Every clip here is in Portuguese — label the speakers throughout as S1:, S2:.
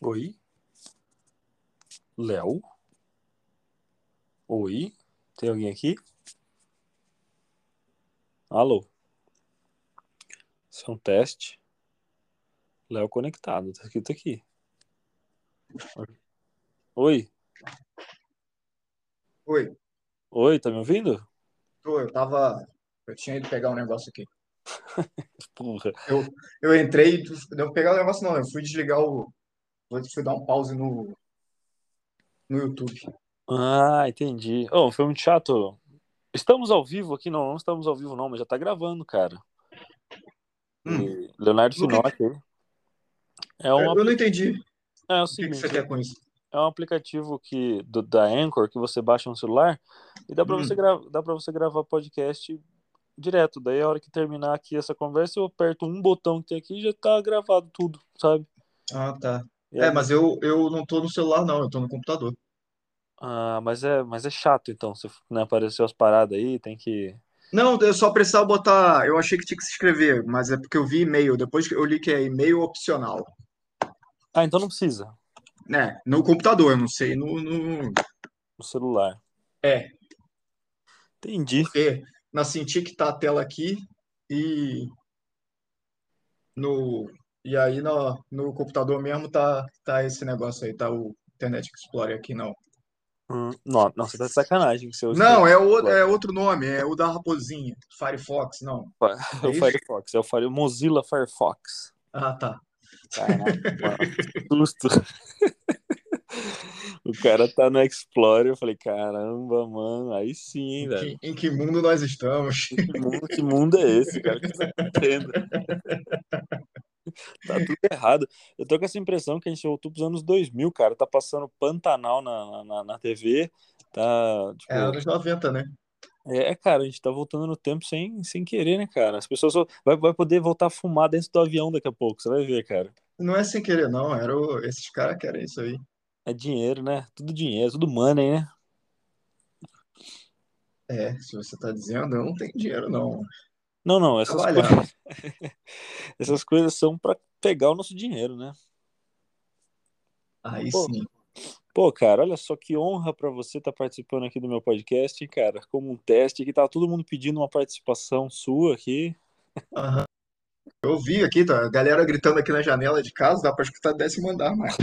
S1: Oi? Léo? Oi? Tem alguém aqui? Alô? Isso é um teste? Léo conectado, tá escrito aqui. Oi?
S2: Oi,
S1: Oi, tá me ouvindo?
S2: tô, eu tava. Eu tinha ido pegar um negócio aqui.
S1: Porra.
S2: Eu entrei, e não pegar o negócio não, eu fui desligar o. Vou fui dar um pause no, no YouTube.
S1: Ah, entendi. Oh, foi muito chato. Estamos ao vivo aqui? Não, não estamos ao vivo não, mas já tá gravando, cara.
S2: Hum,
S1: E Leonardo
S2: No que-
S1: Finotti aí. É, uma,
S2: eu não entendi
S1: é o
S2: o que que
S1: seguinte,
S2: você quer com isso.
S1: é um aplicativo que do- da Anchor que você baixa no celular e dá pra
S2: Hum,
S1: você gra- dá para você gravar podcast direto. Daí a hora que terminar aqui essa conversa, eu aperto um botão que tem aqui e já tá gravado tudo, sabe?
S2: ah, tá.
S1: E é
S2: É,
S1: muito...
S2: mas eu, eu não tô no celular, não, eu tô no computador.
S1: ah, mas é, mas é chato então, se né, apareceu as paradas aí, tem que
S2: Não, eu só precisava botar. Eu achei que tinha que se inscrever, mas é porque eu vi e-mail. Depois que eu li que é e-mail opcional.
S1: Ah, então não precisa
S2: Né? No computador, eu não sei. No, no...
S1: no celular.
S2: É,
S1: Entendi.
S2: porque na Cintiq tá a tela aqui e. No, e aí no, no computador mesmo tá, tá esse negócio aí, tá o Internet Explorer aqui, não.
S1: Hum, não, nossa, tá de sacanagem que seu
S2: Não, é, o, é
S1: Explorer.
S2: outro nome, é o da raposinha, Firefox, não.
S1: É
S2: É
S1: o
S2: isso?
S1: Firefox, é o Fire... Mozilla Firefox.
S2: Ah, tá.
S1: Caraca, mano, que susto. O cara tá no Explorer, eu falei, caramba, mano, aí sim, hein,
S2: Em
S1: velho.
S2: que, em que mundo nós estamos?
S1: Que mundo, que mundo é esse, cara? O que tá acontecendo? Tá tudo errado. Eu tô com essa impressão que a gente voltou pros anos 2000, cara. Tá passando Pantanal na, na, na TV, tá,
S2: É
S1: tipo...
S2: anos 90, né?
S1: É, cara, a gente tá voltando no tempo sem, sem querer, né, cara? As pessoas só... Vai, vai poder voltar a fumar dentro do avião daqui a pouco, você vai ver, cara.
S2: Não é sem querer, não, era o- esses caras querem isso aí.
S1: É dinheiro, né? Tudo dinheiro, tudo money, né?
S2: É, se você tá dizendo, eu não tenho dinheiro, não.
S1: Não, não, essas coisas,
S2: Trabalhar.
S1: essas coisas são pra pegar o nosso dinheiro, né?
S2: Aí
S1: Pô,
S2: sim.
S1: Pô, cara, olha só que honra pra você estar participando aqui do meu podcast, hein, cara. Como um teste que tá todo mundo pedindo uma participação sua aqui.
S2: Aham. Eu vi aqui, tá? A galera gritando aqui na janela de casa, dá pra escutar décimo andar, mas.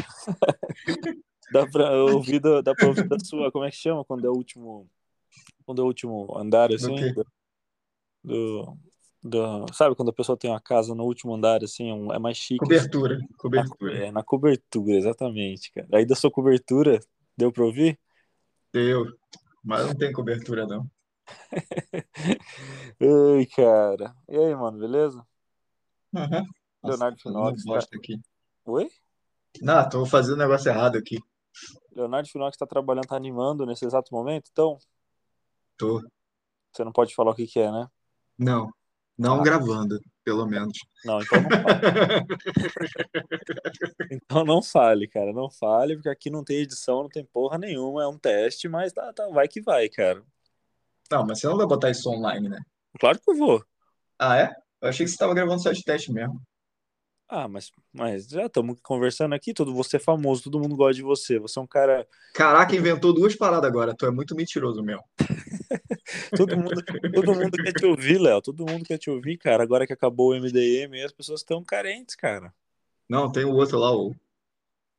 S1: Dá pra ouvir, da- dá pra ouvir da sua, como é que chama quando é o último, quando é o último andar
S2: Do
S1: assim,
S2: que?
S1: do, do, do- sabe quando a pessoa tem uma casa no último andar assim, um- é mais chique assim.
S2: Cobertura,
S1: Na, co-
S2: cobertura.
S1: é, na cobertura, exatamente, cara. Aí da sua cobertura, deu pra ouvir?
S2: Deu, mas não tem cobertura, não.
S1: Ei, cara. E aí, mano, beleza?
S2: Aham. Nossa,
S1: Leonardo
S2: tô fazendo uma
S1: Finox tá.
S2: bosta aqui.
S1: Oi?
S2: Não, tô fazendo um negócio errado aqui.
S1: Leonardo Finox está trabalhando, está animando nesse exato momento, então
S2: Tô.
S1: você não pode falar o que que é, né?
S2: Não, não
S1: Ah,
S2: gravando, pelo menos.
S1: não, então não fale. Então não fale, cara, não fale, porque aqui não tem edição, não tem porra nenhuma, é um teste, mas tá, tá, vai que vai, cara.
S2: Não, mas você não vai botar isso online, né?
S1: Claro que eu vou.
S2: Ah, é? Eu achei que você tava gravando só de teste mesmo.
S1: Ah, mas, mas já estamos conversando aqui, todo você é famoso, todo mundo gosta de você, você é um cara,
S2: Caraca, inventou duas paradas agora. Tu é muito mentiroso, meu.
S1: todo mundo, todo mundo quer te ouvir, Léo, todo mundo quer te ouvir, cara, agora que acabou o MDM, as pessoas estão carentes, cara.
S2: Não, tem o outro lá, o.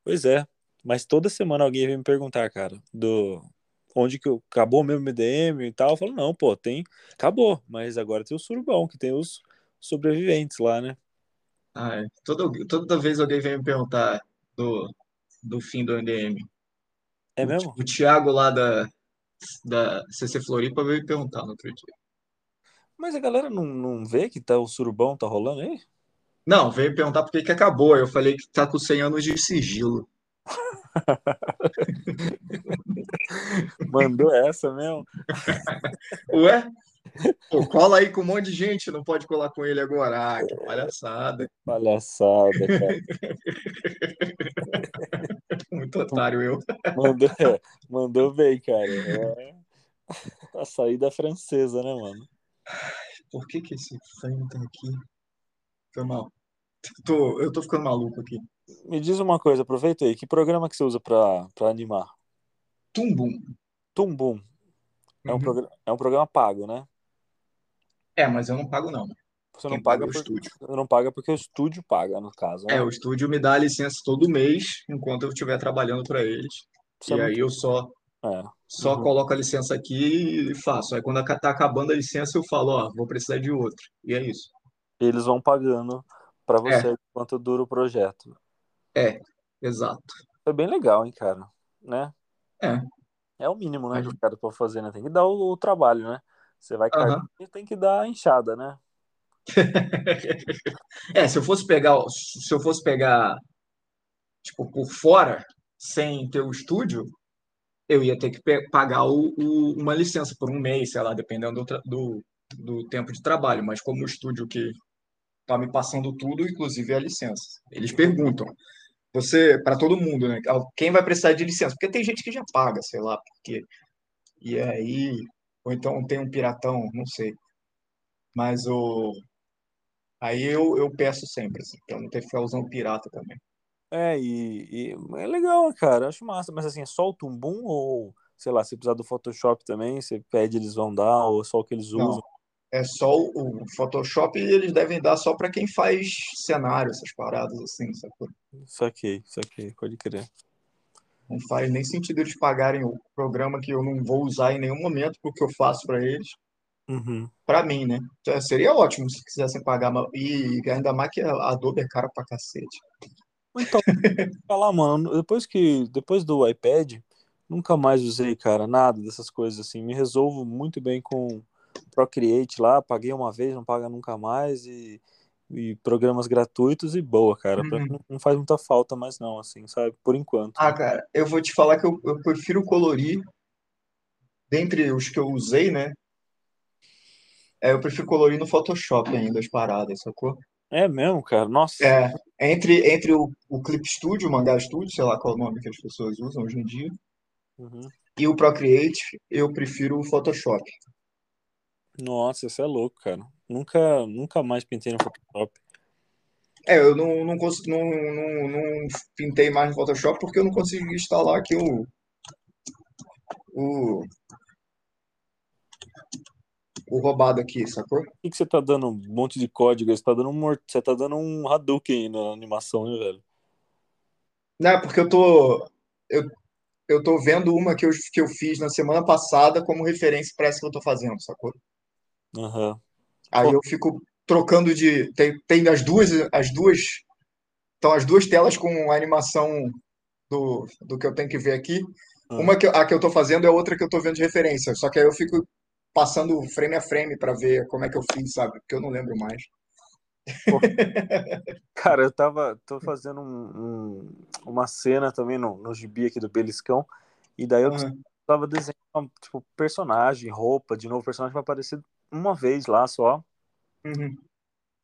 S1: Pois é, mas toda semana alguém vem me perguntar, cara, do onde que eu... acabou o meu MDM e tal. Eu falo, não, pô, tem. Acabou, mas agora tem o surubão, que tem os sobreviventes lá, né?
S2: Ah, é. Toda, toda vez alguém vem me perguntar do, do fim do MDM.
S1: É
S2: O, Ti-
S1: mesmo?
S2: o Thiago lá da, da CC Floripa veio me perguntar no outro dia.
S1: Mas a galera não, não vê que tá, o surubão tá rolando aí?
S2: Não, veio me perguntar por que que acabou. Eu falei que tá com 100 anos de sigilo.
S1: Mandou essa mesmo?
S2: Ué? Pô, cola aí com um monte de gente, não pode colar com ele agora. Ah, que palhaçada.
S1: Palhaçada, cara.
S2: Muito otário eu.
S1: Mandou, é, mandou bem, cara. É a saída francesa, né, mano?
S2: Por que que esse frango tá aqui? Foi mal. Tô, eu tô ficando maluco aqui.
S1: Me diz uma coisa, aproveita aí. Que programa que você usa pra, pra animar?
S2: Tumbum.
S1: Tumbum. É um,
S2: Uhum.
S1: progra- é um programa pago, né?
S2: É, mas eu não pago, não.
S1: Você não
S2: Quem
S1: paga,
S2: paga é o
S1: por...
S2: estúdio.
S1: você não paga porque o estúdio paga, no caso,
S2: É,
S1: né?
S2: o estúdio me dá a licença todo mês, enquanto eu estiver trabalhando para eles.
S1: Isso é
S2: E aí
S1: muito.
S2: eu só,
S1: É.
S2: só
S1: Uhum.
S2: coloco a licença aqui e faço. Aí quando aca- tá acabando a licença, eu falo, ó, vou precisar de outro. E é isso.
S1: Eles vão pagando pra
S2: É,
S1: você enquanto dura o projeto.
S2: é, exato.
S1: É bem legal, hein, cara? Né?
S2: É,
S1: É o mínimo, né, que
S2: mas-
S1: o cara pode fazer, né? Tem que dar o, o trabalho, né? Você vai cair
S2: aham.
S1: e tem que dar a enxada, né?
S2: É, se eu fosse pegar, se eu fosse pegar, tipo, por fora, sem ter o estúdio, eu ia ter que pe- pagar o- o- uma licença por um mês, sei lá, dependendo do, tra- do, do tempo de trabalho. Mas como o estúdio que tá me passando tudo, inclusive é a licença. Eles perguntam, você, para todo mundo, né? "Ah, Quem vai precisar de licença? Porque tem gente que já paga, sei lá, porque. E aí, ou então tem um piratão, não sei. Mas o aí eu, eu peço sempre, assim, para não ter que ficar usando pirata também.
S1: É, e, e é legal, cara. Acho massa. Mas assim, é só o tumbum ou, sei lá, se precisar do Photoshop também, você pede, eles vão dar, ou só o que eles usam.
S2: Não, é só o, o Photoshop e eles devem dar só para quem faz cenário, essas paradas assim, sacou?
S1: Saquei, saquei, pode crer.
S2: Não faz nem sentido eles pagarem o programa que eu não vou usar em nenhum momento, porque eu faço para eles.
S1: Uhum.
S2: Pra mim, né? Então, seria ótimo se quisessem pagar. ma- E ainda mais que a Adobe é cara pra cacete.
S1: Então, falar, mano, depois que, depois do iPad, nunca mais usei, cara, nada dessas coisas assim. Me resolvo muito bem com Procreate lá, paguei uma vez, não paga nunca mais e, e programas gratuitos e boa, cara. Pra mim
S2: Uhum.
S1: não não faz muita falta mais não, assim, sabe? Por enquanto.
S2: Ah, cara, eu vou te falar que eu, eu prefiro colorir, dentre os que eu usei, né? É, eu prefiro colorir no Photoshop ainda as paradas, sacou?
S1: É mesmo, cara. Nossa,
S2: É, entre, entre o, o Clip Studio, o Manga Studio, sei lá qual é o nome que as pessoas usam hoje em dia,
S1: Uhum.
S2: e o Procreate, eu prefiro o Photoshop.
S1: Nossa, você é louco, cara. Nunca, nunca mais pintei no Photoshop.
S2: É, eu não, não, cons- não, não, não pintei mais no Photoshop porque eu não consegui instalar aqui o, o, o roubado aqui, sacou?
S1: Por que que você tá dando um monte de código? aí? Você tá dando um, mor- você tá dando um Hadouken aí na animação, né, velho?
S2: Não, Né, porque eu tô, eu, eu tô vendo uma que eu, que eu fiz na semana passada como referência para essa que eu tô fazendo, sacou?
S1: Aham.
S2: Aí
S1: Pô,
S2: eu fico trocando de. Tem, tem as duas, as duas. Então, as duas telas com a animação do, do que eu tenho que ver aqui.
S1: ah.
S2: Uma que, eu- a que eu tô fazendo é outra que eu tô vendo de referência. Só que aí eu fico passando frame a frame para ver como é que eu fiz, sabe? Porque eu não lembro mais.
S1: Pô, Cara, eu tava, tô fazendo um- um- uma cena também no, no gibi aqui do Beliscão, e daí eu
S2: Aham.
S1: precisava desenhar, tipo, personagem, roupa, de novo, personagem vai aparecer uma vez lá só,
S2: Uhum.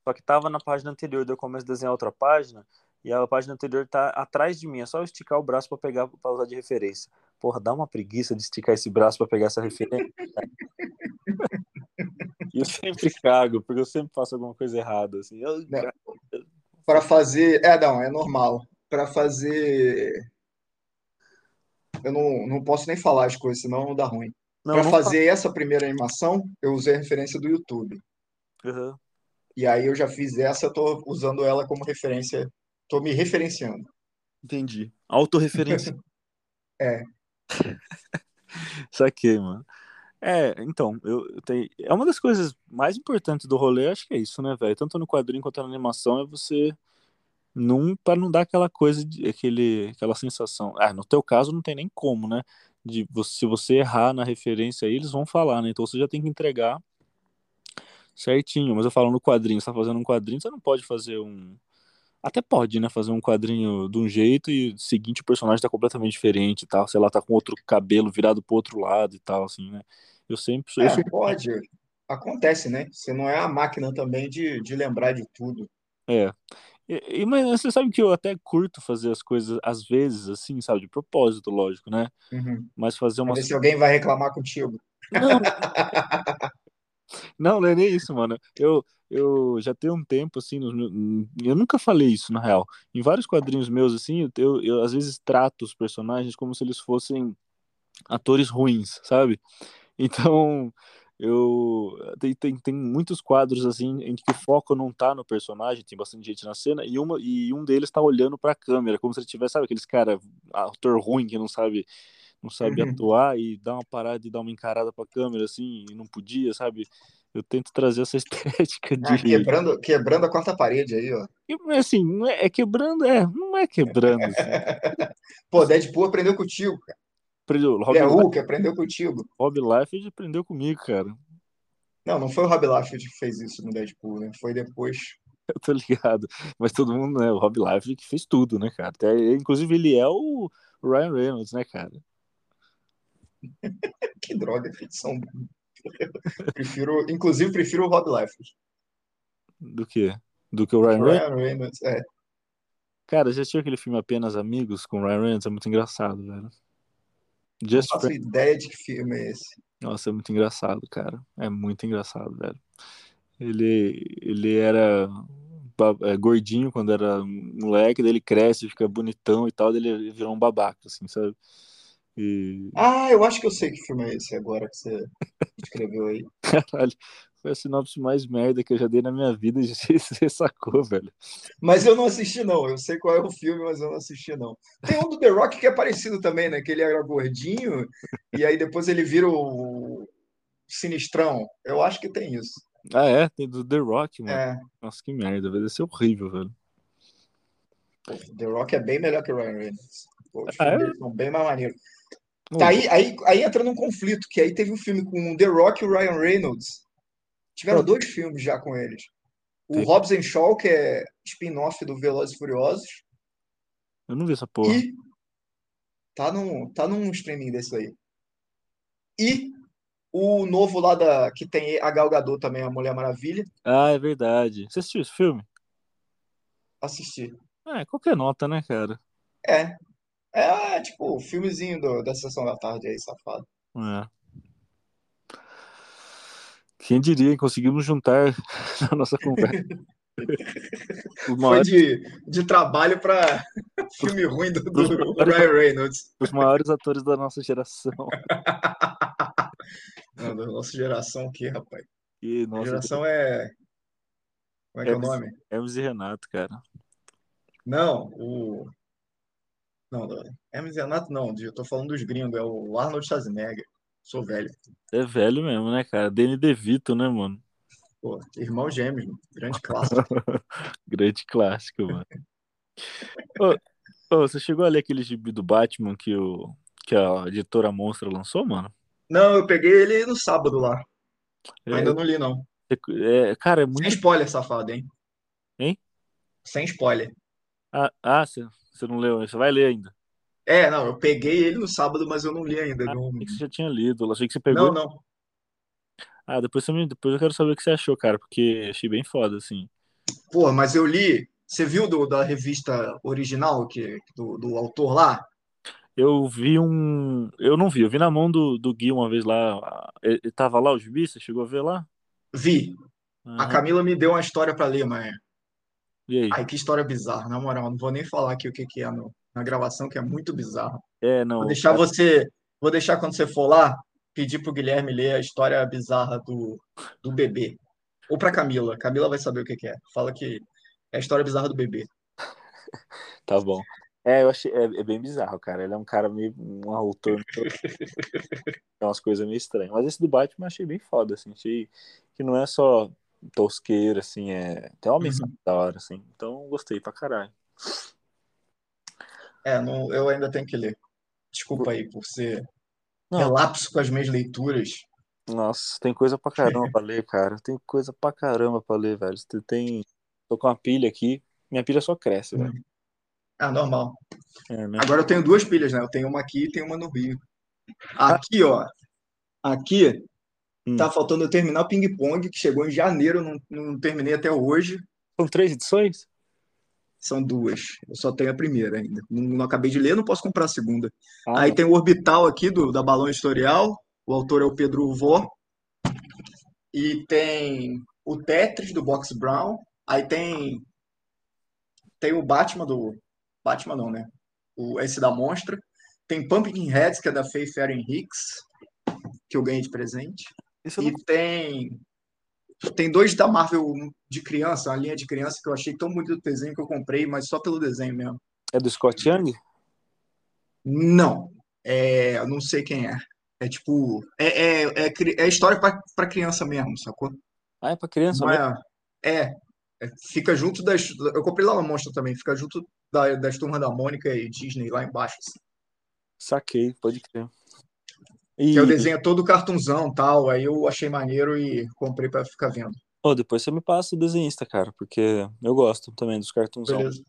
S1: só que tava na página anterior, daí eu começo a desenhar outra página, e a página anterior tá atrás de mim, é só eu esticar o braço pra pegar, pra usar de referência. Porra, dá uma preguiça de esticar esse braço pra pegar essa referência. E eu sempre cago, porque eu sempre faço alguma coisa errada, assim. Eu,
S2: Né?
S1: cara, eu-
S2: Para fazer. É, não, é normal. Para fazer. Eu não, não posso nem falar as coisas, senão dá ruim.
S1: não,
S2: Para
S1: não faz.
S2: fazer essa primeira animação, eu usei a referência do YouTube.
S1: Aham.
S2: E aí eu já fiz essa, eu tô usando ela como referência, tô me referenciando.
S1: Entendi. Autorreferência.
S2: É,
S1: Saquei, mano. É, então, eu, eu tenho. É uma das coisas mais importantes do rolê, acho que é isso, né, velho? Tanto no quadrinho quanto na animação, é você não. Pra não dar aquela coisa, de, aquele, aquela sensação. Ah, no teu caso não tem nem como, né? De você, se você errar na referência aí, eles vão falar, né? Então você já tem que entregar certinho. Mas eu falo no quadrinho, você tá fazendo um quadrinho, você não pode fazer um. Até pode, né? Fazer um quadrinho de um jeito e seguinte o personagem tá completamente diferente e tal. Sei lá, tá com outro cabelo virado pro outro lado e tal, assim, né? Eu sempre sou. Eu
S2: é,
S1: sou...
S2: pode. Acontece, né? Você não é a máquina também de, de lembrar de tudo.
S1: É. E, e- mas você sabe que eu até curto fazer as coisas, às vezes, assim, sabe? De propósito, lógico, né?
S2: Uhum.
S1: Mas fazer
S2: Pra ver
S1: umas.
S2: se alguém vai reclamar contigo.
S1: Não, não, não é nem isso, mano. Eu. eu já tenho um tempo, assim, nos meus- eu nunca falei isso, na real. Em vários quadrinhos meus, assim, eu, eu, eu às vezes trato os personagens como se eles fossem atores ruins, sabe? Então, eu tem, tem, tem muitos quadros assim em que o foco não tá no personagem, tem bastante gente na cena e uma e um deles tá olhando pra câmera, como se ele tivesse, sabe, aqueles cara ator ruim que não sabe não sabe
S3: Uhum.
S1: atuar e dá uma parada e dá uma encarada pra câmera assim, e não podia, sabe? Eu tento trazer essa estética
S2: Ah,
S1: de
S2: quebrando, quebrando a quarta parede aí, ó.
S1: E, assim, não é, é quebrando, é, não é quebrando assim.
S2: Pô, Deadpool aprendeu contigo, cara.
S1: Aprendeu- Rob,
S2: Ele é
S1: Li-
S2: Hulk, aprendeu contigo.
S1: Rob Liefeld aprendeu comigo, cara.
S2: Não, não foi o Rob Liefeld que fez isso no Deadpool, né? Foi depois.
S1: Eu tô ligado. Mas todo mundo, né? O Rob Liefeld que fez tudo, né, cara? Até, inclusive, ele é o Ryan Reynolds, né, cara?
S2: Que droga, são... prefiro, inclusive prefiro o Rob Liefeld.
S1: Do que? Do que o Ryan Reynolds?
S2: Ryan Reynolds, é.
S1: Cara, já assistiu aquele filme Apenas Amigos com o Ryan Reynolds? É muito engraçado, velho.
S2: Não
S1: Just
S2: faço
S1: Friends.
S2: ideia de que filme é esse.
S1: Nossa, é muito engraçado, cara. É muito engraçado, velho. Ele, ele era ba- é, gordinho quando era moleque, daí ele cresce, fica bonitão e tal, daí ele virou um babaca, assim, sabe? E,
S2: Ah, eu acho que eu sei que filme é esse agora que você escreveu aí.
S1: Caralho, foi a sinopse mais merda que eu já dei na minha vida e você você sacou, velho.
S2: Mas eu não assisti, não. Eu sei qual é o filme, mas eu não assisti, não. Tem um do The Rock que é parecido também, né? Que ele era gordinho e aí depois ele vira o Sinistrão. Eu acho que tem isso.
S1: Ah, é? Tem do The Rock, mano.
S2: É,
S1: Nossa, que merda, velho. Deve ser horrível, velho.
S2: pô, The Rock é bem melhor que o Ryan Reynolds. Pô, os
S1: Ah,
S2: filmes
S1: é?
S2: dele são bem mais maneiros.
S1: Não,
S2: Tá aí, aí, aí entra num conflito, que aí teve um filme com o The Rock e o Ryan Reynolds. Tiveram dois filmes já com eles. O
S1: Teve.
S2: Hobbs and Shaw, que é spin-off do Velozes e Furiosos,
S1: eu não vi essa porra.
S2: e tá num, tá num streaming desse aí. E o novo lá da, que tem a Gal Gadot também, a Mulher Maravilha,
S1: Ah, é verdade. Você assistiu esse filme?
S2: assisti.
S1: É, qualquer nota, né, cara?
S2: É, é tipo o filmezinho do- da Sessão da Tarde aí, safado.
S1: É. Quem diria, hein? Conseguimos juntar na nossa conversa uma
S2: Foi
S1: hora-
S2: de, de trabalho pra filme ruim do, do Ryan Reynolds,
S1: os maiores atores da nossa geração.
S2: Não, da nossa geração aqui, rapaz.
S1: E,
S2: A
S1: nossa,
S2: geração é... Como é que é o
S1: Hermes,
S2: nome?
S1: Hermes e Renato, cara.
S2: Não, o... Não, do- Hermes e Renato não, de- eu tô falando dos gringos, é o Arnold Schwarzenegger. Sou velho.
S1: É velho mesmo, né, cara? Danny DeVito, né, mano?
S2: Pô, Irmão Gêmeos, mano, grande clássico.
S1: Grande clássico, mano. Ô, ô, você chegou a ler aquele gibi do Batman que, o, que a editora Monstra lançou, mano?
S2: Não, eu peguei ele no sábado lá. Ainda
S1: É,
S2: não li, não.
S1: é- cara, é
S2: Sem
S1: muito.
S2: spoiler, safado, hein?
S1: Hein?
S2: Sem spoiler.
S1: Ah, ah, você você não leu, você vai ler ainda.
S2: É, não, eu peguei ele no sábado, mas eu não li ainda.
S1: Ah,
S2: Não,
S1: achei que você já tinha lido, achei que você pegou.
S2: não.
S1: e-
S2: não.
S1: Ah, depois, você me, depois eu quero saber o que você achou, cara, porque achei bem foda, assim.
S2: Pô, mas eu li. Você viu do- da revista original, que, do, do autor lá?
S1: Eu vi um. Eu não vi, eu vi na mão do, do Gui uma vez lá. Ah, Ele ele tava lá, o gibi, você chegou a ver lá?
S2: Vi. A
S1: Ah,
S2: Camila me deu uma história pra ler, mas.
S1: e aí?
S2: Ai, que história bizarra, na moral. Não vou nem falar aqui o que, que é no- na gravação, que é muito bizarro.
S1: É,
S2: Vou
S1: não.
S2: deixar você. Vou deixar quando você for lá, pedir pro Guilherme ler a história bizarra do, do bebê. Ou pra Camila. Camila vai saber o que, que é. Fala que é a história bizarra do bebê.
S1: Tá bom. É, eu achei, é, é bem bizarro, cara. Ele é um cara meio, um autor, meio- é umas coisas meio estranhas. Mas esse do Batman eu achei bem foda, assim. Achei que não é só tosqueira, assim, é... Tem uma mensagem da hora, assim. Então, eu gostei pra caralho.
S2: É, não, eu ainda tenho que ler. Desculpa aí por ser
S1: Não,
S2: relapso com as minhas leituras.
S1: nossa, tem coisa pra caramba pra ler, cara. Tem coisa pra caramba pra ler, velho. Tem, tem... Tô com uma pilha aqui. Minha pilha só cresce, velho.
S2: Ah, normal.
S1: É, né?
S2: Agora eu tenho duas pilhas, né? Eu tenho uma aqui e tenho uma no Rio. Aqui, ó. Aqui
S1: Hum.
S2: tá faltando eu terminar o ping-pong, que chegou em janeiro, eu não, não terminei até hoje.
S1: São três edições?
S2: São duas. Eu só tenho a primeira ainda. Não, não acabei de ler, não posso comprar a segunda.
S1: Ah,
S2: Aí
S1: não.
S2: tem o Orbital aqui do, da Balão Editorial. O autor é o Pedro Vó. E tem o Tetris do Box Brown, aí tem tem o Batman do Batman não, né? O esse da Monstra, tem Pumpkinheads que é da Faye Ferren Hicks, que eu ganhei de presente.
S4: Isso eu
S2: E
S4: não...
S2: tem tem dois da Marvel de criança, uma linha de criança que eu achei tão bonito o desenho que eu comprei, mas só pelo desenho mesmo.
S1: É do Scott Young?
S2: Não, é, eu não sei quem é. É tipo, é, é, é, cri- é história pra pra criança mesmo, sacou?
S1: Ah, é pra criança, né?
S2: Mas, é, é, fica junto das. Eu comprei lá na Monstra também, fica junto da- das turmas da Mônica e Disney lá embaixo. assim.
S1: Saquei, pode crer. E
S2: Que eu desenho todo cartunzão e tal, aí eu achei maneiro e comprei pra ficar vendo.
S1: Ô, depois você me passa o desenhista, cara, porque eu gosto também dos cartunzão.
S2: Beleza.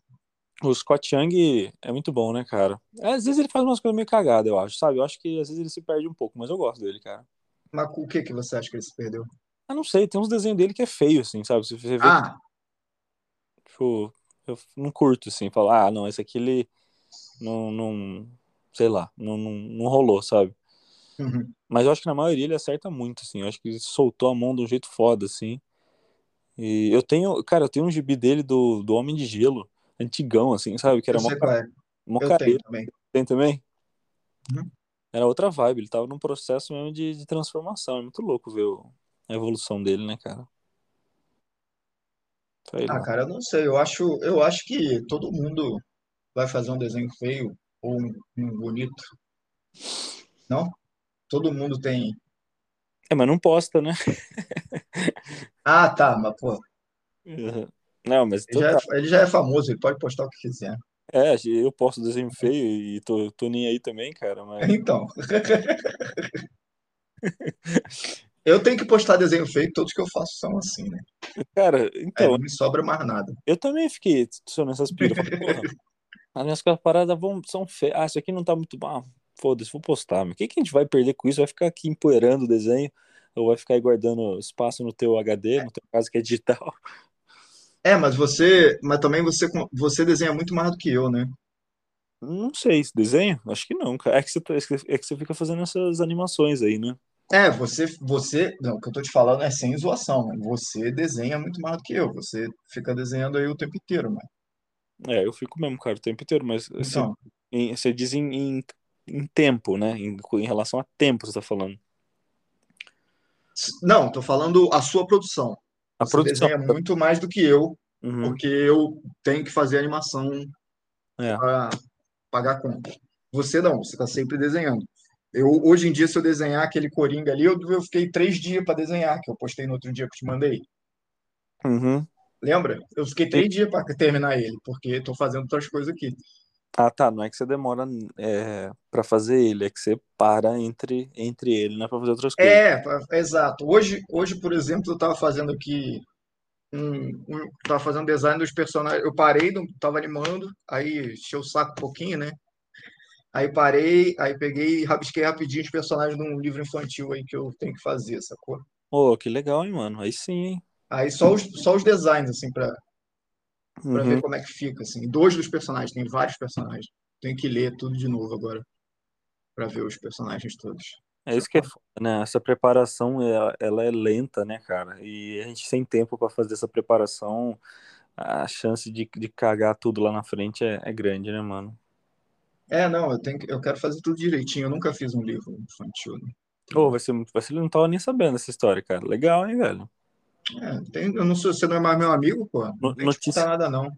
S1: O Scott Young é muito bom, né, cara? Às vezes ele faz umas coisas meio cagadas, eu acho, sabe? Eu acho que às vezes ele se perde um pouco, mas eu gosto dele, cara.
S2: Mas o que que você acha que ele se perdeu?
S1: Eu não sei, tem uns desenhos dele que é feio, assim, sabe? Se você vê,
S2: Ah,
S1: tipo, eu não curto, assim, falar, ah, não, esse aqui ele não, não sei lá, não, não, não rolou, sabe?
S2: uhum.
S1: Mas eu acho que na maioria ele acerta muito, assim. Eu acho que ele soltou a mão de um jeito foda, assim. E eu tenho, cara, eu tenho um gibi dele do, do Homem de Gelo, antigão, assim, sabe? Que era
S2: Eu
S1: mó,
S2: sei qual é.
S1: mó
S2: Eu
S1: careta.
S2: tenho também.
S1: Tem também?
S2: Uhum.
S1: Era outra vibe, ele tava num processo mesmo de, de transformação. É muito louco ver o- a evolução dele, né, cara? Sei
S2: Ah,
S1: lá.
S2: cara, eu não sei. Eu acho, eu acho que todo mundo vai fazer um desenho feio ou um, um bonito. Não? Todo mundo tem.
S1: É, mas não posta, né?
S2: Ah, tá, mas pô,
S1: Uhum. Não, mas
S2: ele já é,
S1: total.
S2: ele já é famoso, ele pode postar o que quiser.
S1: É, eu posto desenho feio e tô, tô nem aí também, cara, mas.
S2: Então. Eu tenho que postar desenho feio, todos que eu faço são assim, né?
S1: Cara,
S2: Aí
S1: então,
S2: não me sobra mais nada.
S1: eu também fiquei só nessas piras. Eu falei, porra, As minhas paradas vão, são feias. Ah, isso aqui não tá muito bom. Ah, Foda-se, vou postar. Mas o que, que a gente vai perder com isso? Vai ficar aqui empoeirando o desenho? Ou vai ficar aí guardando espaço no teu HD, no teu caso que é digital?
S2: É, mas você, mas também você, con- você desenha muito mais do que eu, né?
S1: Não sei, esse desenho? Acho que não, cara. É que você, tá- é que você fica fazendo essas animações aí, né?
S2: É, você, você, não, o que eu tô te falando é sem zoação. Você desenha muito mais do que eu. Você fica desenhando aí o tempo inteiro, mano.
S1: É, eu fico mesmo, cara, o tempo inteiro, mas assim, você,
S2: Então,
S1: em- você diz em, em, em tempo, né? Em, em relação a tempo, você tá falando.
S2: s- não, tô falando a sua produção.
S1: A
S2: Você
S1: produção.
S2: desenha muito mais do que eu,
S1: Uhum.
S2: porque eu tenho que fazer animação
S1: É.
S2: para pagar a conta. Você não, você está sempre desenhando. Eu, hoje em dia, se eu desenhar aquele Coringa ali, eu, eu fiquei três dias para desenhar, que eu postei no outro dia que eu te mandei.
S1: Uhum.
S2: Lembra? Eu fiquei três dias para terminar ele, porque estou fazendo outras coisas aqui.
S1: Ah, tá. Não é que você demora é, pra fazer ele, é que você para entre, entre ele, né? Pra fazer outras coisas.
S2: É, pra- exato. Hoje, hoje, por exemplo, eu estava fazendo aqui um, um, tava fazendo design dos personagens. Eu parei, não tava animando, aí encheu o saco um pouquinho, né? Aí parei, aí peguei e rabisquei rapidinho os personagens de um livro infantil aí que eu tenho que fazer, sacou?
S1: Ô, que legal, hein, mano? Aí sim, hein?
S2: Aí só os, só os designs, assim, pra,
S1: Uhum.
S2: pra ver como é que fica, assim. Dois dos personagens, tem vários personagens. Tenho que ler tudo de novo agora, pra ver os personagens todos.
S1: É isso que é foda, né? Essa preparação, é- ela é lenta, né, cara? E a gente sem tempo pra fazer essa preparação, a chance de, de cagar tudo lá na frente é, é grande, né, mano?
S2: É, não, eu tenho que, eu quero fazer tudo direitinho. Eu nunca fiz um livro infantil, né?
S1: Ô, vai ser muito. Vai ser, eu não tava nem sabendo essa história, cara. Legal, hein, velho?
S2: É, tem- eu não sou, você não é mais meu amigo, pô. Não
S1: No-
S2: tem que te
S1: notícia.
S2: contar nada, não.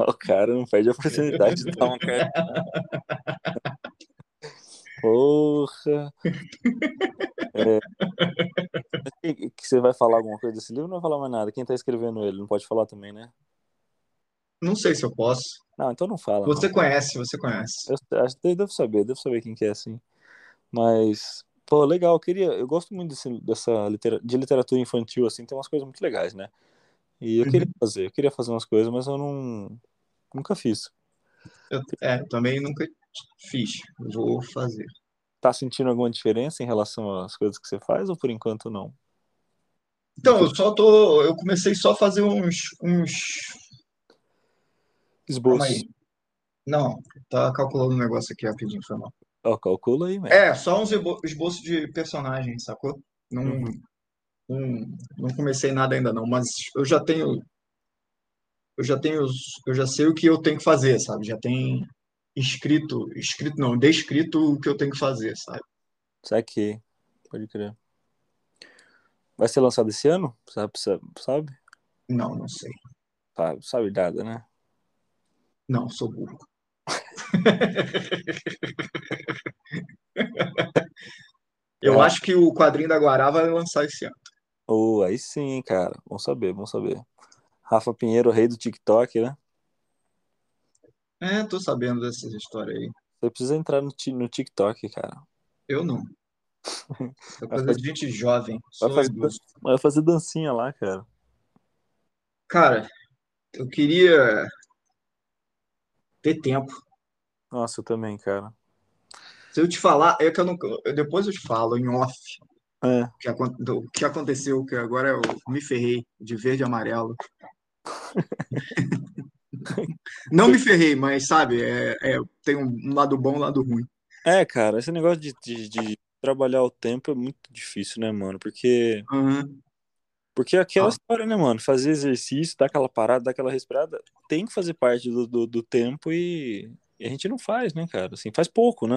S1: O cara não perde a oportunidade de dar uma cara. Porra! É. E- e que você vai falar alguma coisa desse livro? Não vai falar mais nada. Quem tá escrevendo ele não pode falar também, né?
S2: Não sei se eu posso.
S1: Não, então não fala. não.
S2: Você conhece, você conhece.
S1: Eu acho que eu devo saber, eu devo saber quem que é, assim. Mas, pô, legal, eu queria. Eu gosto muito desse, dessa litera, de literatura infantil, assim, tem umas coisas muito legais, né? E eu queria fazer, eu queria fazer umas coisas, mas eu não. Nunca fiz.
S2: Eu, é, eu também nunca fiz. Vou fazer.
S1: Tá sentindo alguma diferença em relação às coisas que você faz ou por enquanto não?
S2: Então, eu só tô. Eu comecei só a fazer uns, uns Calma
S1: Esboço.
S2: aí. Não, tá calculando um negócio aqui rapidinho, foi mal.
S1: Ó, calcula aí, velho.
S2: É, só uns esbo- esboços de personagem, sacou? Não,
S1: Uhum.
S2: um, não comecei nada ainda não, mas eu já tenho eu já tenho eu já sei o que eu tenho que fazer, sabe? Já tem escrito, escrito não, descrito o que eu tenho que fazer, sabe?
S1: Saquei. Pode crer. Vai ser lançado esse ano? Sabe? Sabe?
S2: Não, não sei.
S1: Sabe, sabe nada, né?
S2: Não, sou burro. eu
S1: É.
S2: acho que o quadrinho da Guará vai lançar esse ano.
S1: Ô, aí sim, cara. Bom saber, bom saber. Rafa Pinheiro, rei do TikTok, né?
S2: É, tô sabendo dessas histórias aí.
S1: Você precisa entrar no, ti- no TikTok, cara.
S2: Eu não. É coisa
S1: fazer-
S2: de gente jovem.
S1: Vai
S2: Sou
S1: fazer-
S2: idoso.
S1: Vai fazer dancinha lá, cara.
S2: Cara, eu queria ter tempo.
S1: Nossa, eu também, cara.
S2: Se eu te falar, é que eu não. eu- Depois eu te falo em off
S1: É.
S2: o que acon- do- o que aconteceu, que agora eu me ferrei de verde e amarelo. Não me ferrei, mas sabe, é, é, tem um lado bom, um lado ruim.
S1: É, cara, esse negócio de, de- de trabalhar o tempo é muito difícil, né, mano? Porque,
S2: Aham.
S1: porque é aquela
S2: Ah.
S1: história, né, mano? Fazer exercício, dar aquela parada, dar aquela respirada, tem que fazer parte do, do, do tempo e, e a gente não faz, né, cara? Assim, faz pouco, né?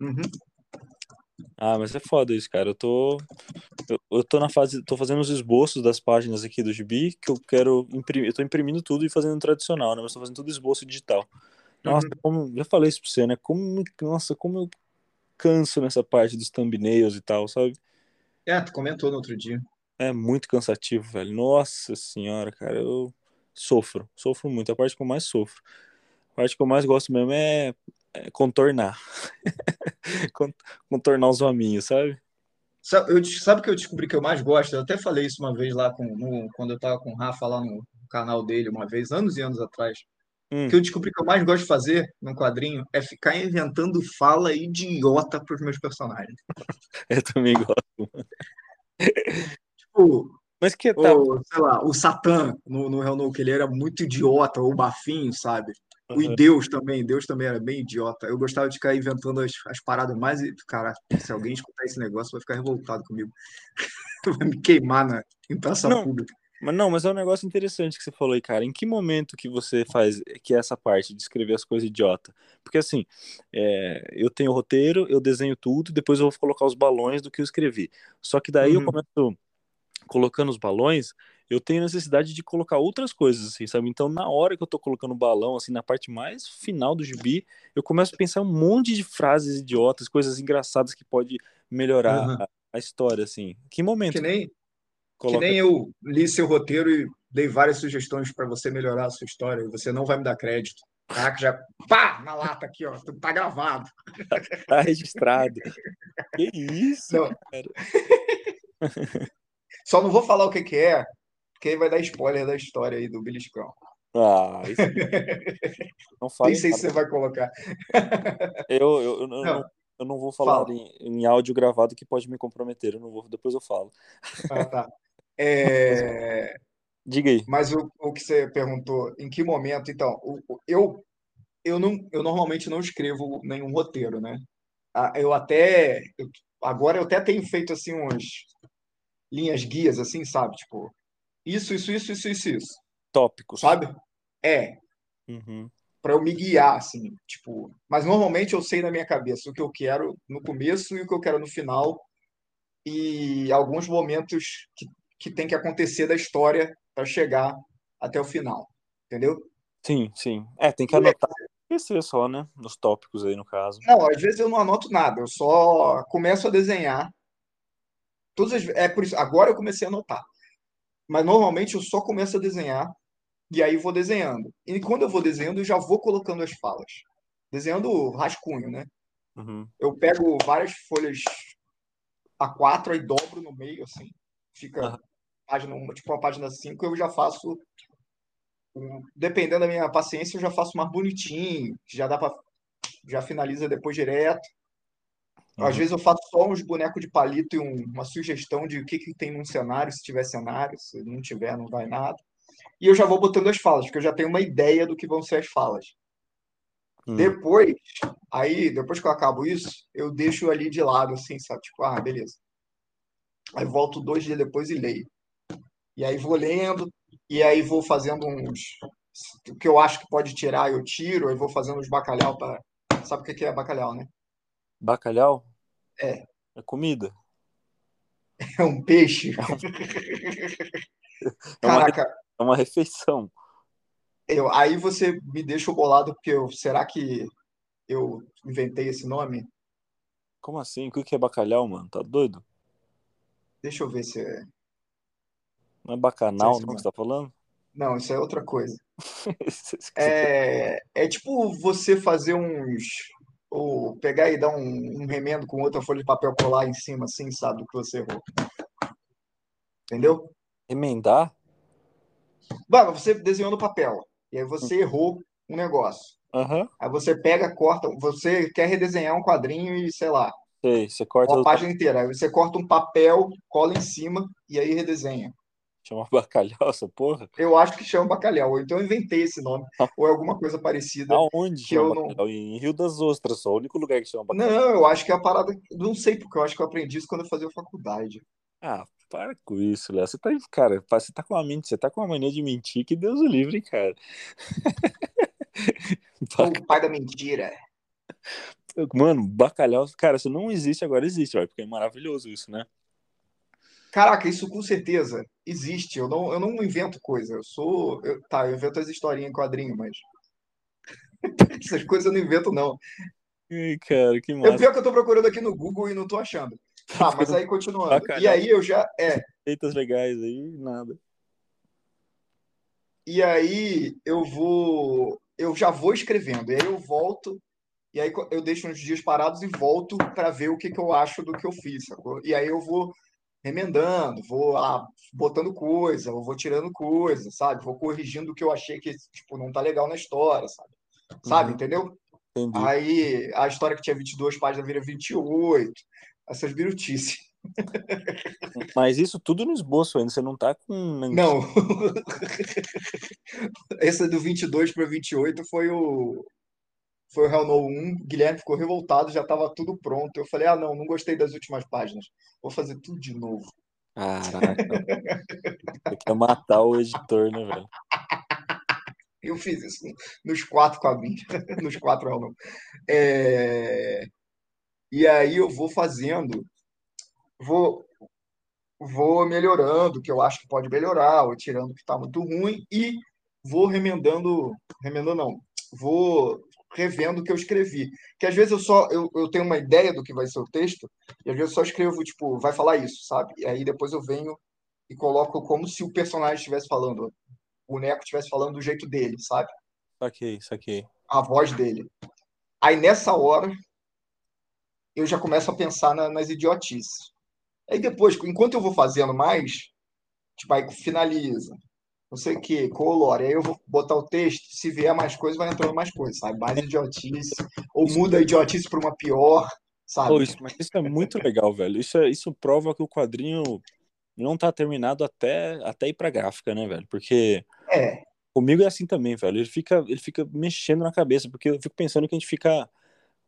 S2: Uhum.
S1: Ah, mas é foda isso, cara. Eu tô. Eu, eu tô na fase. Tô fazendo os esboços das páginas aqui do Gibi, que eu quero imprimir. Eu tô imprimindo tudo e fazendo tradicional, né? Mas tô fazendo tudo esboço digital. Nossa, como. Já falei isso pra você, né? Como. Nossa, como eu canso nessa parte dos thumbnails e tal, sabe?
S2: É, tu comentou no outro dia.
S1: É muito cansativo, velho. Nossa senhora, cara, eu sofro, sofro muito. A parte que eu mais sofro. A parte que eu mais gosto mesmo é, é contornar. Con- contornar os hominhos, sabe?
S2: Sabe, eu, des- sabe o que eu descobri que eu mais gosto? Eu até falei isso uma vez lá com, no- quando eu tava com o Rafa lá no canal dele uma vez, anos e anos atrás.
S1: Hum.
S2: O que eu descobri que eu mais gosto de fazer num quadrinho é ficar inventando fala idiota pros meus personagens.
S1: Eu também gosto.
S2: Tipo,
S1: Mas que tal?
S2: ou, sei lá, o Satã no, no Hell No, que ele era muito idiota, ou o Bafinho, sabe? O
S1: Aham.
S2: e Deus também, Deus também era bem idiota. Eu gostava de ficar inventando as, as paradas mais. e- Cara, se alguém escutar esse negócio, vai ficar revoltado comigo. Vai me queimar na, em praça
S1: Não.
S2: pública.
S1: Mas não, mas é um negócio interessante que você falou aí, cara. Em que momento que você faz que é essa parte de escrever as coisas idiota? Porque assim, é, eu tenho o roteiro, eu desenho tudo, depois eu vou colocar os balões do que eu escrevi. Só que daí eu
S2: Uhum.
S1: começo colocando os balões, eu tenho necessidade de colocar outras coisas, assim, sabe? Então, na hora que eu tô colocando o balão, assim, na parte mais final do gibi, eu começo a pensar um monte de frases idiotas, coisas engraçadas que pode melhorar
S2: Uhum.
S1: a, a história, assim. Que momento
S2: Que
S1: que
S2: nem, que
S1: coloca
S2: nem eu li seu roteiro e dei várias sugestões para você melhorar a sua história, e você não vai me dar crédito. Caraca, já pá, na lata aqui, ó, tá gravado.
S1: tá registrado? Que isso?
S2: Não. Só não vou falar o que que é, porque aí vai dar spoiler da história aí do Beliscão.
S1: Ah, isso... não fala.
S2: Nem sei se você vai colocar.
S1: Eu, eu, eu, não- eu
S2: Não.
S1: não, eu não vou falar
S2: Fala.
S1: em, em áudio gravado que pode me comprometer. Eu não vou, depois eu falo.
S2: Ah, tá. É,
S1: Diga aí.
S2: mas o, o que você perguntou, em que momento? Então, o- o- eu, eu, não, eu normalmente não escrevo nenhum roteiro, né? Ah, Eu até. eu- agora eu até tenho feito assim umas linhas guias, assim, sabe? Tipo, isso, isso, isso, isso, isso, isso,
S1: Tópicos.
S2: sabe? É,
S1: Uhum.
S2: para eu me guiar, assim, tipo. Mas normalmente eu sei na minha cabeça o que eu quero no começo e o que eu quero no final, e alguns momentos que, que tem que acontecer da história para chegar até o final, entendeu?
S1: Sim, sim. É, tem que anotar. Esquecer só, né? Nos tópicos aí, no caso.
S2: Não, às vezes eu não anoto nada, eu só começo a desenhar. Todas as, ve- é por isso, agora eu comecei a anotar. Mas normalmente eu só começo a desenhar e aí vou desenhando. E quando eu vou desenhando, eu já vou colocando as falas. Desenhando rascunho, né?
S1: Uhum.
S2: Eu pego várias folhas A4 e dobro no meio, assim. Fica
S1: Aham.
S2: página uma, tipo uma página 5, eu já faço um- dependendo da minha paciência, eu já faço mais bonitinho, que já dá para já finaliza depois direto. Às
S1: Uhum.
S2: vezes eu faço só uns bonecos de palito e um- uma sugestão de o que, que tem num cenário, se tiver cenário, se não tiver, não vai nada. E eu já vou botando as falas, porque eu já tenho uma ideia do que vão ser as falas.
S1: Hum.
S2: Depois, aí, depois que eu acabo isso, eu deixo ali de lado, assim, sabe? Tipo, ah, beleza. Aí volto dois dias depois e leio. E aí vou lendo, e aí vou fazendo uns. O que eu acho que pode tirar, eu tiro, aí vou fazendo uns bacalhau para. Sabe o que é bacalhau, né?
S1: Bacalhau?
S2: É.
S1: É comida.
S2: É um peixe.
S1: É uma,
S2: Caraca,
S1: é uma refeição.
S2: eu, aí você me deixa bolado, porque eu, será que eu inventei esse nome?
S1: Como assim? O que que é bacalhau, mano? Tá doido?
S2: Deixa eu ver se é.
S1: Não é bacanal,
S2: Sei
S1: não,
S2: se não.
S1: que você tá falando?
S2: Não, isso é outra coisa. É, é tipo você fazer uns. Ou pegar e dar um, um remendo com outra folha de papel colar em cima, assim, sabe? Do que você errou. Entendeu?
S1: Emendar?
S2: Bah, você desenhou no papel. E aí você errou um negócio.
S1: Aham.
S2: Aí você pega, corta. Você quer redesenhar um quadrinho e, sei lá,
S1: Sei, você corta
S2: uma
S1: do
S2: página inteira. Aí você corta um papel, cola em cima e aí redesenha.
S1: Chama bacalhau essa porra?
S2: Eu acho que chama bacalhau. ou Então eu inventei esse nome. Ou é alguma coisa parecida.
S1: Aonde
S2: Que
S1: chama
S2: eu não-
S1: bacalhau? Em Rio das Ostras só, o único lugar que chama bacalhau.
S2: Não, eu acho que é a parada. Não sei porque eu acho que eu aprendi isso quando eu fazia faculdade.
S1: Ah, para com isso, Léo. Você tá, cara, pa- você tá com uma mente, você tá com uma mania de mentir que Deus o livre, cara.
S2: Sou o pai da mentira.
S1: Bac- Mano, bacalhau, cara, se não existe, agora existe, ó, porque é maravilhoso isso, né?
S2: Caraca, isso com certeza existe. Eu não, eu não invento coisa. Eu sou. eu- tá, eu invento as historinhas em quadrinho, mas. Essas coisas eu não invento, não.
S1: Ai, cara, que
S2: É o
S1: massa.
S2: pior que eu tô procurando aqui no Google e não tô achando. Tá, mas aí continuando. E aí eu já. É,
S1: Receitas legais aí, nada.
S2: e aí eu vou. Eu já vou escrevendo. E aí eu volto. E aí co- eu deixo uns dias parados e volto para ver o que, que eu acho do que eu fiz, sacou? E aí eu vou remendando, vou ah, botando coisa, eu vou tirando coisa, sabe? Vou corrigindo o que eu achei que tipo, não tá legal na história, sabe? Sabe,
S1: Uhum.
S2: entendeu?
S1: Entendi.
S2: Aí a história que tinha 22 páginas vira 28, essas birutices.
S1: Mas isso tudo no esboço ainda, você não tá com.
S2: Não, essa do 22 para 28 foi o foi o Hell No 1. Guilherme ficou revoltado, já estava tudo pronto. Eu falei: "Ah, não, não gostei das últimas páginas. Vou fazer tudo de novo".
S1: Caraca. Você quer matar o editor, né, velho?
S2: Eu fiz isso nos quatro com a minha, nos quatro Hell No. É, E aí eu vou fazendo, vou vou melhorando o que eu acho que pode melhorar, ou tirando o que está muito ruim e vou remendando, remendando não, vou revendo o que eu escrevi. Que às vezes eu só eu, eu tenho uma ideia do que vai ser o texto e às vezes eu só escrevo tipo, vai falar isso, sabe? E aí depois eu venho e coloco como se o personagem estivesse falando, o boneco estivesse falando do jeito dele, sabe?
S1: Saquei, saquei.
S2: A voz dele. Aí nessa hora eu já começo a pensar na- nas idiotices. Aí depois, enquanto eu vou fazendo mais, tipo, aí finaliza, não sei o quê, colore. Aí eu vou botar o texto, se vier mais coisa, vai entrando mais coisa, sabe? Mais idiotice, ou muda a idiotice para uma pior,
S1: Pô,
S2: sabe?
S1: isso, mas isso é muito legal, velho. Isso, é- isso prova que o quadrinho não tá terminado até, até ir pra gráfica, né, velho? Porque
S2: É,
S1: comigo é assim também, velho. Ele fica, ele fica mexendo na cabeça, porque eu fico pensando que a gente fica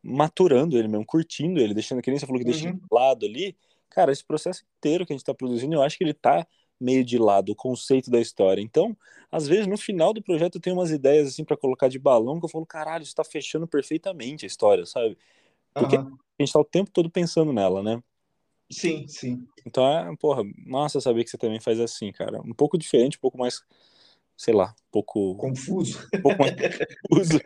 S1: maturando ele mesmo, curtindo ele, deixando, que nem você falou que deixa ele
S2: Uhum.
S1: de lado ali. Cara, esse processo inteiro que a gente tá produzindo, eu acho que ele tá meio de lado, o conceito da história. Então, às vezes, no final do projeto, eu tenho umas ideias assim pra colocar de balão que eu falo, caralho, isso tá fechando perfeitamente a história, sabe? Porque
S2: aham.
S1: a gente tá o tempo todo pensando nela, né?
S2: Sim, sim.
S1: Então, é, porra, massa saber que você também faz assim, cara. Um pouco diferente, um pouco mais, sei lá, um pouco,
S2: Confuso.
S1: um pouco mais confuso.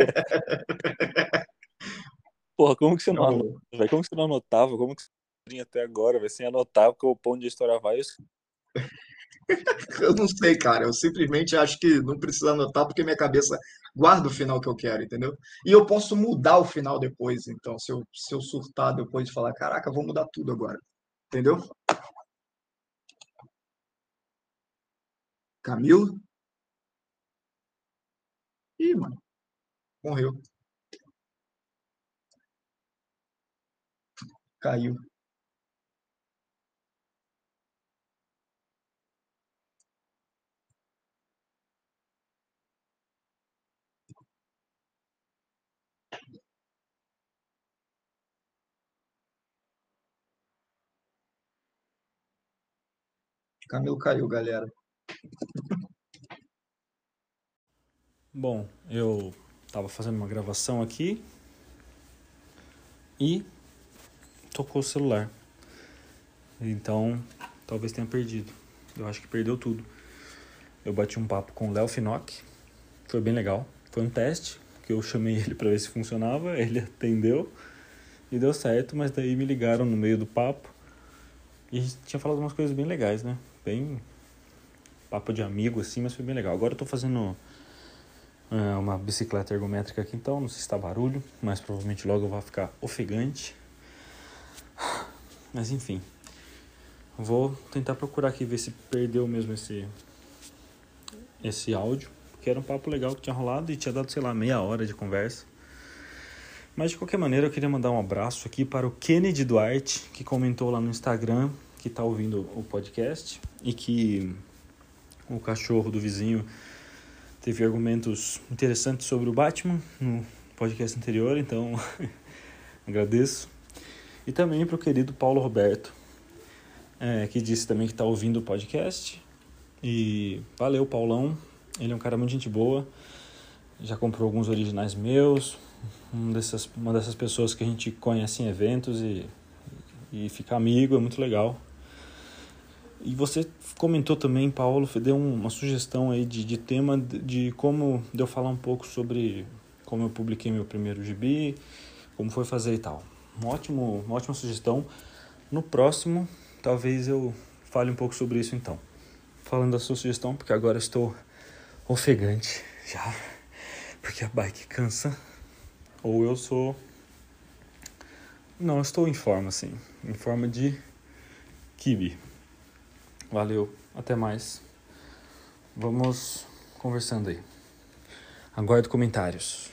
S1: Porra, como que você não anota,
S2: Não,
S1: velho? Como que você não anotava? Como que você vinha até agora, velho? Sem anotar, porque o ponto de história vai. eu-
S2: eu não sei, cara. Eu simplesmente acho que não precisa anotar, porque minha cabeça guarda o final que eu quero, entendeu? E eu posso mudar o final depois, então, se eu, se eu surtar depois e falar, caraca, vou mudar tudo agora, entendeu? Camilo? Ih, mano, morreu, caiu. Camilo caiu, galera.
S5: Bom, eu tava fazendo uma gravação aqui e tocou o celular. Então, talvez tenha perdido. Eu acho que perdeu tudo. Eu bati um papo com o Léo Finock. Foi bem legal. Foi um teste que eu chamei ele para ver se funcionava, ele atendeu e deu certo, mas daí me ligaram no meio do papo e tinha falado umas coisas bem legais, né? Bem papo de amigo assim, mas foi bem legal. Agora eu tô fazendo É uma bicicleta ergométrica aqui, então não sei se está barulho, mas provavelmente logo eu vou ficar ofegante. Mas enfim, vou tentar procurar aqui ver se perdeu mesmo esse esse áudio, porque era um papo legal que tinha rolado e tinha dado sei lá meia hora de conversa. Mas de qualquer maneira eu queria mandar um abraço aqui para o Kennedy Duarte que comentou lá no Instagram que está ouvindo o podcast e que o cachorro do vizinho teve argumentos interessantes sobre o Batman no podcast anterior, então agradeço. E também para o querido Paulo Roberto, é, que disse também que está ouvindo o podcast. E valeu, Paulão. Ele é um cara muito gente boa. Já comprou alguns originais meus. Um dessas, uma dessas pessoas que a gente conhece em eventos e, e fica amigo, é muito legal. E você comentou também, Paulo, deu um, uma sugestão aí de, de tema de, de como de eu falar um pouco sobre como eu publiquei meu primeiro gibi, como foi fazer e tal. Um ótimo, uma ótima sugestão. No próximo, talvez eu fale um pouco sobre isso então. Falando da sua sugestão, porque agora estou ofegante já, porque a bike cansa. Ou eu sou. Não, eu estou em forma, assim. Em forma de kibe. Valeu, até mais. Vamos conversando aí. Aguardo comentários.